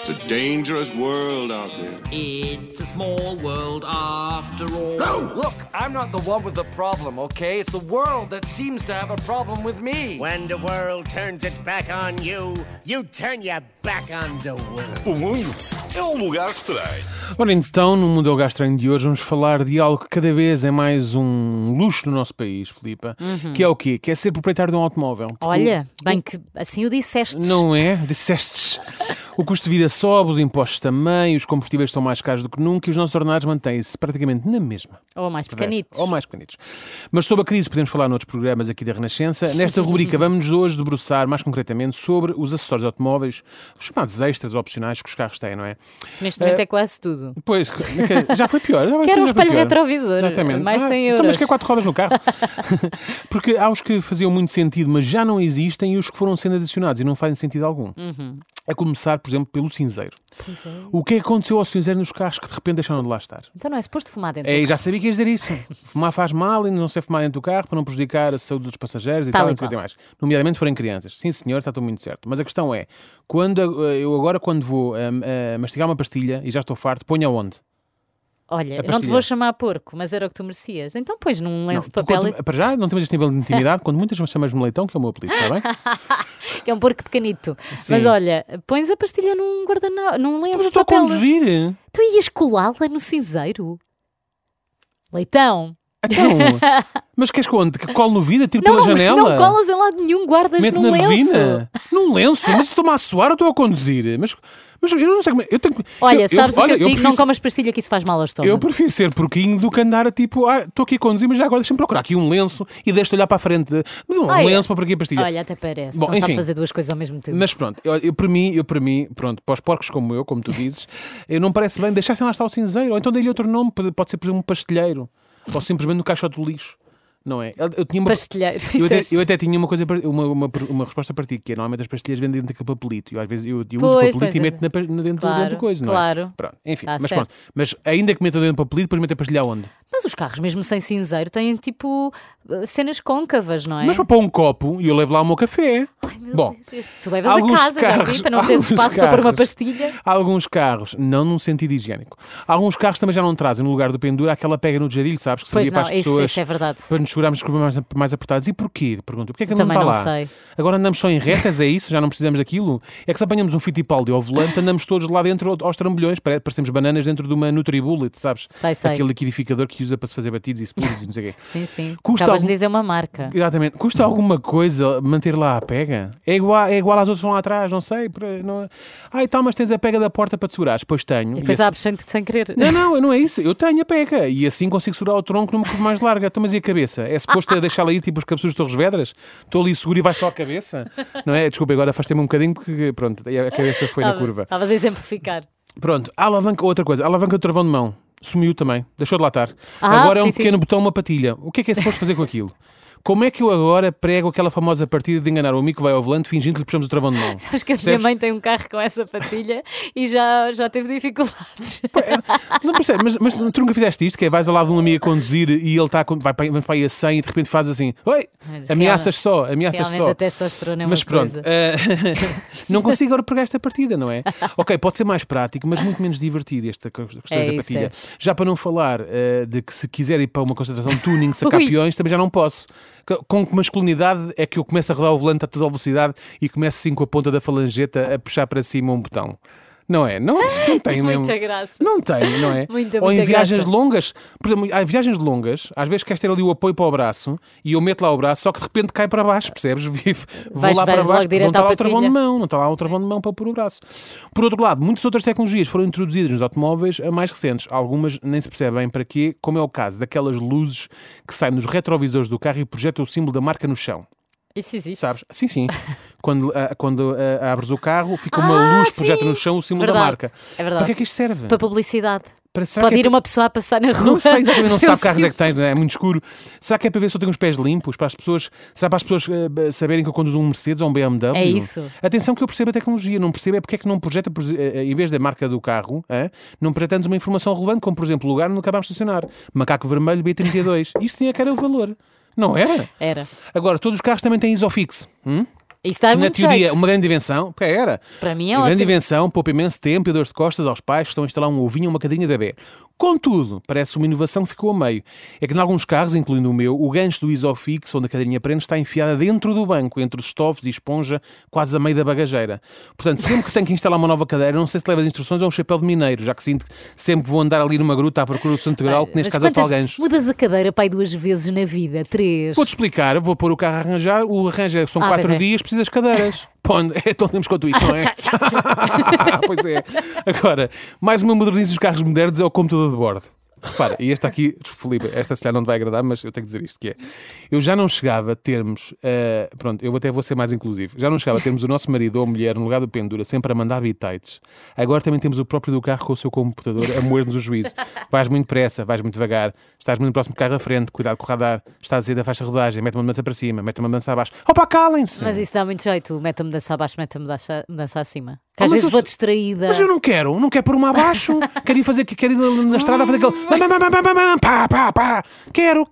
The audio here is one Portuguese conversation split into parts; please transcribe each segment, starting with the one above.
It's a dangerous world out there. It's a small world after all. Look, I'm not the one with the problem, okay? It's the world that seems to have a problem with me. When the world turns its back on you, you turn your back on the world. O mundo é um lugar estranho. Ora então, no Mundo ao Gastranho de hoje, vamos falar de algo que cada vez é mais um luxo no nosso país, Filipa. Que é o quê? Que é ser proprietário de um automóvel. Olha, bem que assim o disseste. Não é? Dissestes. O custo de vida sobe, os impostos também, os combustíveis estão mais caros do que nunca e os nossos ordenados mantêm-se praticamente na mesma. Ou mais pequenitos. Ou mais pequenitos. Mas sobre a crise podemos falar noutros programas aqui da Renascença. Nesta rubrica vamos hoje debruçar mais concretamente sobre os acessórios de automóveis, os chamados extras opcionais que os carros têm, não é? Neste momento é quase tudo. Pois, que- é- já foi pior. Já Quero um já foi espelho pior. retrovisor. Exatamente. Mais Ah, 100 Então, mas euros. quer quatro rodas no carro? Porque há os que faziam muito sentido, mas já não existem, e os que foram sendo adicionados e não fazem sentido algum. Uhum. A começar, por exemplo, pelo cinzeiro. O que é que aconteceu ao cinzeiro nos carros que de repente deixaram de lá estar? Então não é suposto fumar dentro. É, já sabia que ias dizer isso. Fumar faz mal e não sei fumar dentro do carro para não prejudicar a saúde dos passageiros e Tal tal, e não sei o que qual. mais. Nomeadamente se forem crianças. Sim, senhor, está tudo muito certo. Mas a questão é: quando, eh, eu agora, quando vou eh, eh, mastigar uma pastilha e já estou farto, ponho aonde? Olha, a não te é pastilha. vou chamar porco, mas era o que tu merecias. Então pões num lenço de papel, Quanto- para já, não temos este nível de intimidade. quando muitas me chamas-me leitão, que é o meu apelido, está bem? que é um porco pequenito. Mas Sim. olha, pões a pastilha num guardanapo, num Mas lenço eu de estou a papel. conduzir. Tu ias colá-la no cinzeiro? Leitão, Então, mas queres que eu ande? Que colo no vidro, tiro não, pela não, janela? não colas em lado nenhum, guardas Mete num na lenço. buzina? Num lenço? Mas eu estou-me a suar ou estou a conduzir? Mas, mas eu não sei como é. Eu tenho, que- Olha, eu, sabes eu, o que eu olha, te digo? prefiro, Não comas pastilha que isso faz mal ao estômago. eu prefiro ser porquinho do que andar a tipo, ah, estou aqui a conduzir, mas já agora deixa-me procurar aqui um lenço e deixa-te olhar para a frente. Não, um Ai, lenço para por aqui a pastilha. Olha, até parece. Bom, não sabe enfim. fazer duas coisas ao mesmo tempo. Mas pronto, eu, eu, para mim, eu para mim, pronto, para os porcos como eu, como tu dizes, eu não parece bem deixar sem lá estar o cinzeiro, ou então dei-lhe outro nome, pode pode ser por exemplo um pastelheiro, ou simplesmente no caixote do lixo, não é? Eu, eu tinha uma, Pastilheiro. eu, até, disseste. eu até tinha uma coisa para- uma, uma, uma resposta para ti, que é normalmente as pastilhas vendem dentro daquele papelito, e eu, às vezes eu, eu uso o Pois, papelito pois, é. e meto na, pa- na- dentro, do- dentro Claro, do coisa, não é? claro. Pronto, enfim, Tá mas certo. pronto, mas ainda que metam dentro do papelito, depois metem a pastilha onde? Mas os carros, mesmo sem cinzeiro, têm tipo eh, cenas côncavas, não é? Mas para pôr um copo e eu levo lá o meu café. Meu Bom, Deus, este- tu levas alguns a casa, já carros- vi, para não teres alguns espaço para pôr uma carros. pastilha. Há Alguns carros, não num sentido higiênico, alguns carros também já não trazem no lugar do pendura aquela pega no dedilho, sabes? Que Pois seria para não, as isso, pessoas. isso é verdade. Para nos segurarmos com mais, mais apertados. E porquê? Pergunto. Porquê é que Também não não está lá? sei. Agora andamos só em retas, é isso? Já não precisamos daquilo? É que se apanhamos um fitipaldi ao volante, andamos todos lá dentro aos trambolhões, pare- parecemos bananas dentro de uma Nutribullet, sabes? Sei, sei. Aquele liquidificador que usa para se fazer batidos e smoothies e não sei o quê. Sim, sim. Custa Estavas a algum- dizer uma marca. Exatamente. Custa alguma coisa manter lá a pega? É igual, é igual às outras que vão lá atrás, não sei. para- Não... Ah, e tal, mas tens a pega da porta para te segurares. Pois tenho. E E depois assim- abres sem, sem querer. Não, não, não é isso. Eu tenho a pega. E assim consigo segurar o tronco numa curva mais larga. Então, mas e a cabeça? É suposto eu deixá-la aí, tipo os cabeçudos de Torres Vedras? Estou ali seguro e vai só a cabeça? Não é? Desculpa, agora afastei-me um bocadinho porque, pronto, a cabeça foi na Estava- curva. Estavas a exemplificar. Pronto, a alavanca, outra coisa, a alavanca do travão de mão sumiu também, deixou de lá estar. Ah, agora é um sim, sim. pequeno botão, uma patilha. O que é que é suposto fazer com aquilo? Como é que eu agora prego aquela famosa partida de enganar o amigo que vai ao volante fingindo que lhe puxamos o travão de mão? Acho que a minha Percebes? mãe tem um carro com essa patilha e já, já teve dificuldades. é, Não percebes, mas, mas tu nunca fizeste isto, que é vais ao lado de um amigo a conduzir e ele está a con- vai para, vai para aí a 100 e de repente faz assim, oi, Mas ameaças só, ameaças Realmente só. a testosterona é uma Mas pronto, coisa. eh, não consigo agora pegar esta partida, não é? Ok, pode ser mais prático, mas muito menos divertido esta co- questão da É isso, partilha. é. Já para não falar eh, de que se quiser ir para uma concentração de tuning, sacar Ui. peões, também já não posso. Co- Com que masculinidade é que eu começo a rodar o volante a toda a velocidade e começo assim com a ponta da falangeta a puxar para cima um botão? Não é? Não, isto não tem mesmo. Muita graça. Não tem, não é? Muita, Ou em muita viagens graça. longas, por exemplo, há viagens longas, às vezes queres ter ali o apoio para o braço e eu meto lá o braço, só que de repente cai para baixo, percebes? Vivo, vou Vais- lá vais para logo baixo, porque direto não está à lá o travão de patilha. mão, não está lá o travão de mão para pôr o braço. Por outro lado, muitas outras tecnologias foram introduzidas nos automóveis, a mais recentes, algumas nem se percebe bem para quê, como é o caso daquelas luzes que saem nos retrovisores do carro e projetam o símbolo da marca no chão. Isso existe. Sabes? Sim, sim. quando ah, quando ah, abres o carro, fica uma Ah, luz, sim! projeta no chão o símbolo da Verdade, marca. é verdade. Para que é que isto serve? Para publicidade. Para- será Pode que é ir uma pessoa a passar na rua. não sei exatamente, não Eu sabe que carros é que sei. tens, não é? É muito escuro. Será que é para ver se eu tenho os pés limpos? Para as pessoas, será para as pessoas eh, saberem que eu conduzo um Mercedes ou um BMW? É isso. Atenção que eu percebo a tecnologia, não percebo é porque é que não projeta, por exe- eh, em vez da marca do carro, hã, não projetamos uma informação relevante, como por exemplo o lugar onde acabámos de estacionar. Macaco vermelho B32. Isto sim é que era o valor. Não era? Era. Agora, todos os carros também têm Isofix. Hum? Isso dá que na muito teoria é jeito. uma grande invenção, porque era. Para mim é uma grande ótimo. invenção, poupa imenso tempo e dor de costas aos pais que estão a instalar um ovinho ou uma cadeirinha de bebê. Contudo, parece uma inovação que ficou a meio. É que, em alguns carros, incluindo o meu, o gancho do Isofix, onde a cadeirinha prende, está enfiada dentro do banco, entre os estofes e esponja, quase a meio da bagageira. Portanto, sempre que tenho que instalar uma nova cadeira, não sei se leva as instruções ou um chapéu de mineiro, já que sinto que sempre vou andar ali numa gruta à procura do santo grau, que neste Mas caso é o tal quantas- gancho. Mudas a cadeira, pai, duas vezes na vida. Três. Vou-te explicar, vou pôr o carro a arranjar, o arranjo é- são Ah, quatro pois é. dias, precisas de cadeiras. Pô, é tão temos quanto isto, não é? Ah, pois é. Agora, mais uma moderniza dos carros modernos é o computador de bordo. Repara, e esta aqui, Filipe, esta se calhar não te vai agradar, mas eu tenho que dizer isto: que é eu já não chegava a termos, eh, pronto, eu até vou ser mais inclusivo, já não chegava a termos o nosso marido ou a mulher no lugar do pendura sempre a mandar bitites. Agora também temos o próprio do carro com o seu computador a moer-nos o juízo. Vais muito pressa, vais muito devagar, estás muito próximo do carro à frente, cuidado com o radar, estás a sair da faixa de rodagem, mete uma mudança para cima, mete uma mudança abaixo. Opa, calem-se! Mas isso dá muito jeito. Meta-me dança abaixo, meta-me dança- dança acima. Que Ah, às mas vezes eu vou se- distraída. Mas eu não quero, não quero pôr uma abaixo. quero ir fazer, quero ir na, na estrada fazer aquele. mam, mam, mam, mam, mam, pá, pá, pá. Quero.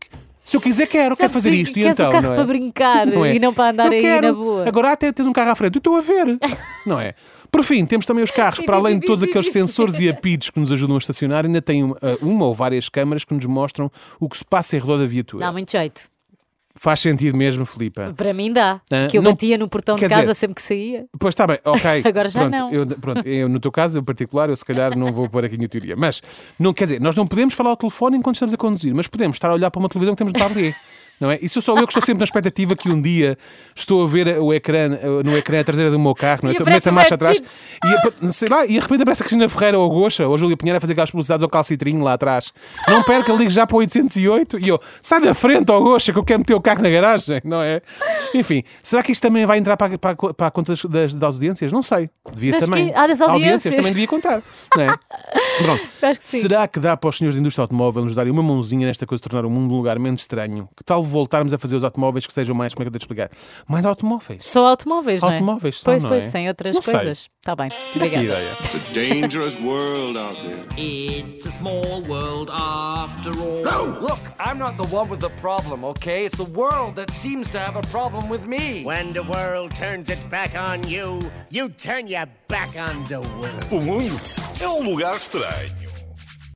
Se eu quiser, quero. Já quero fazer percebi isto. que E queres então. o carro não é? para brincar é? e não para andar Eu aí quero. na boa. Agora até tens um carro à frente. Eu estou a ver. não é? Por fim, temos também os carros, para além de todos aqueles sensores e apitos que nos ajudam a estacionar, ainda tem uma, uma ou várias câmaras que nos mostram o que se passa em redor da viatura. Dá muito jeito. Faz sentido mesmo, Filipa. Para mim dá. Ah, que eu não- batia no portão de quer casa dizer- sempre que saía. Pois está bem, ok. Agora já pronto, não. Eu, pronto, eu, no teu caso, em particular, eu se calhar não vou pôr aqui a minha teoria. Mas, não quer dizer, nós não podemos falar ao telefone enquanto estamos a conduzir, mas podemos estar a olhar para uma televisão que temos no tablet. Não é? Isso sou eu que estou sempre na expectativa que um dia estou a ver o ecrã, no ecrã a traseira do meu carro, não é? E Então, meto a aparece o marcha Brad atrás e, Ah! apa- sei lá, e de repente aparece a Cristina Ferreira ou a Goxa ou a Júlia Pinheiro a fazer aquelas publicidades ao calcitrinho lá atrás. Não perca, ligue já para o 808 e eu sai da frente, ó Goxa, que eu quero meter o carro na garagem, não é? Enfim, será que isto também vai entrar para, a- para, a- para a conta das, das, das audiências? Não sei. Devia Das também. quê? Ah, das audiências. também devia contar, não é? Pronto. Acho que sim. Será que dá para os senhores da indústria automóvel nos darem uma mãozinha nesta coisa de tornar o mundo um lugar menos estranho? Que tal voltarmos a fazer os automóveis que sejam mais, como é que eu tenho de explicar? Mais automóveis. Só automóveis, não é? Automóveis só, Pois, não pois, é? sem outras Não sei. coisas. Está bem. Que Obrigada. ideia. It's a dangerous world out there. It's a small world after all. Look, I'm not the one with the problem, okay? It's the world that seems to have a problem with me. When the world turns its back on you, you turn your back on the world. O mundo é um lugar estranho.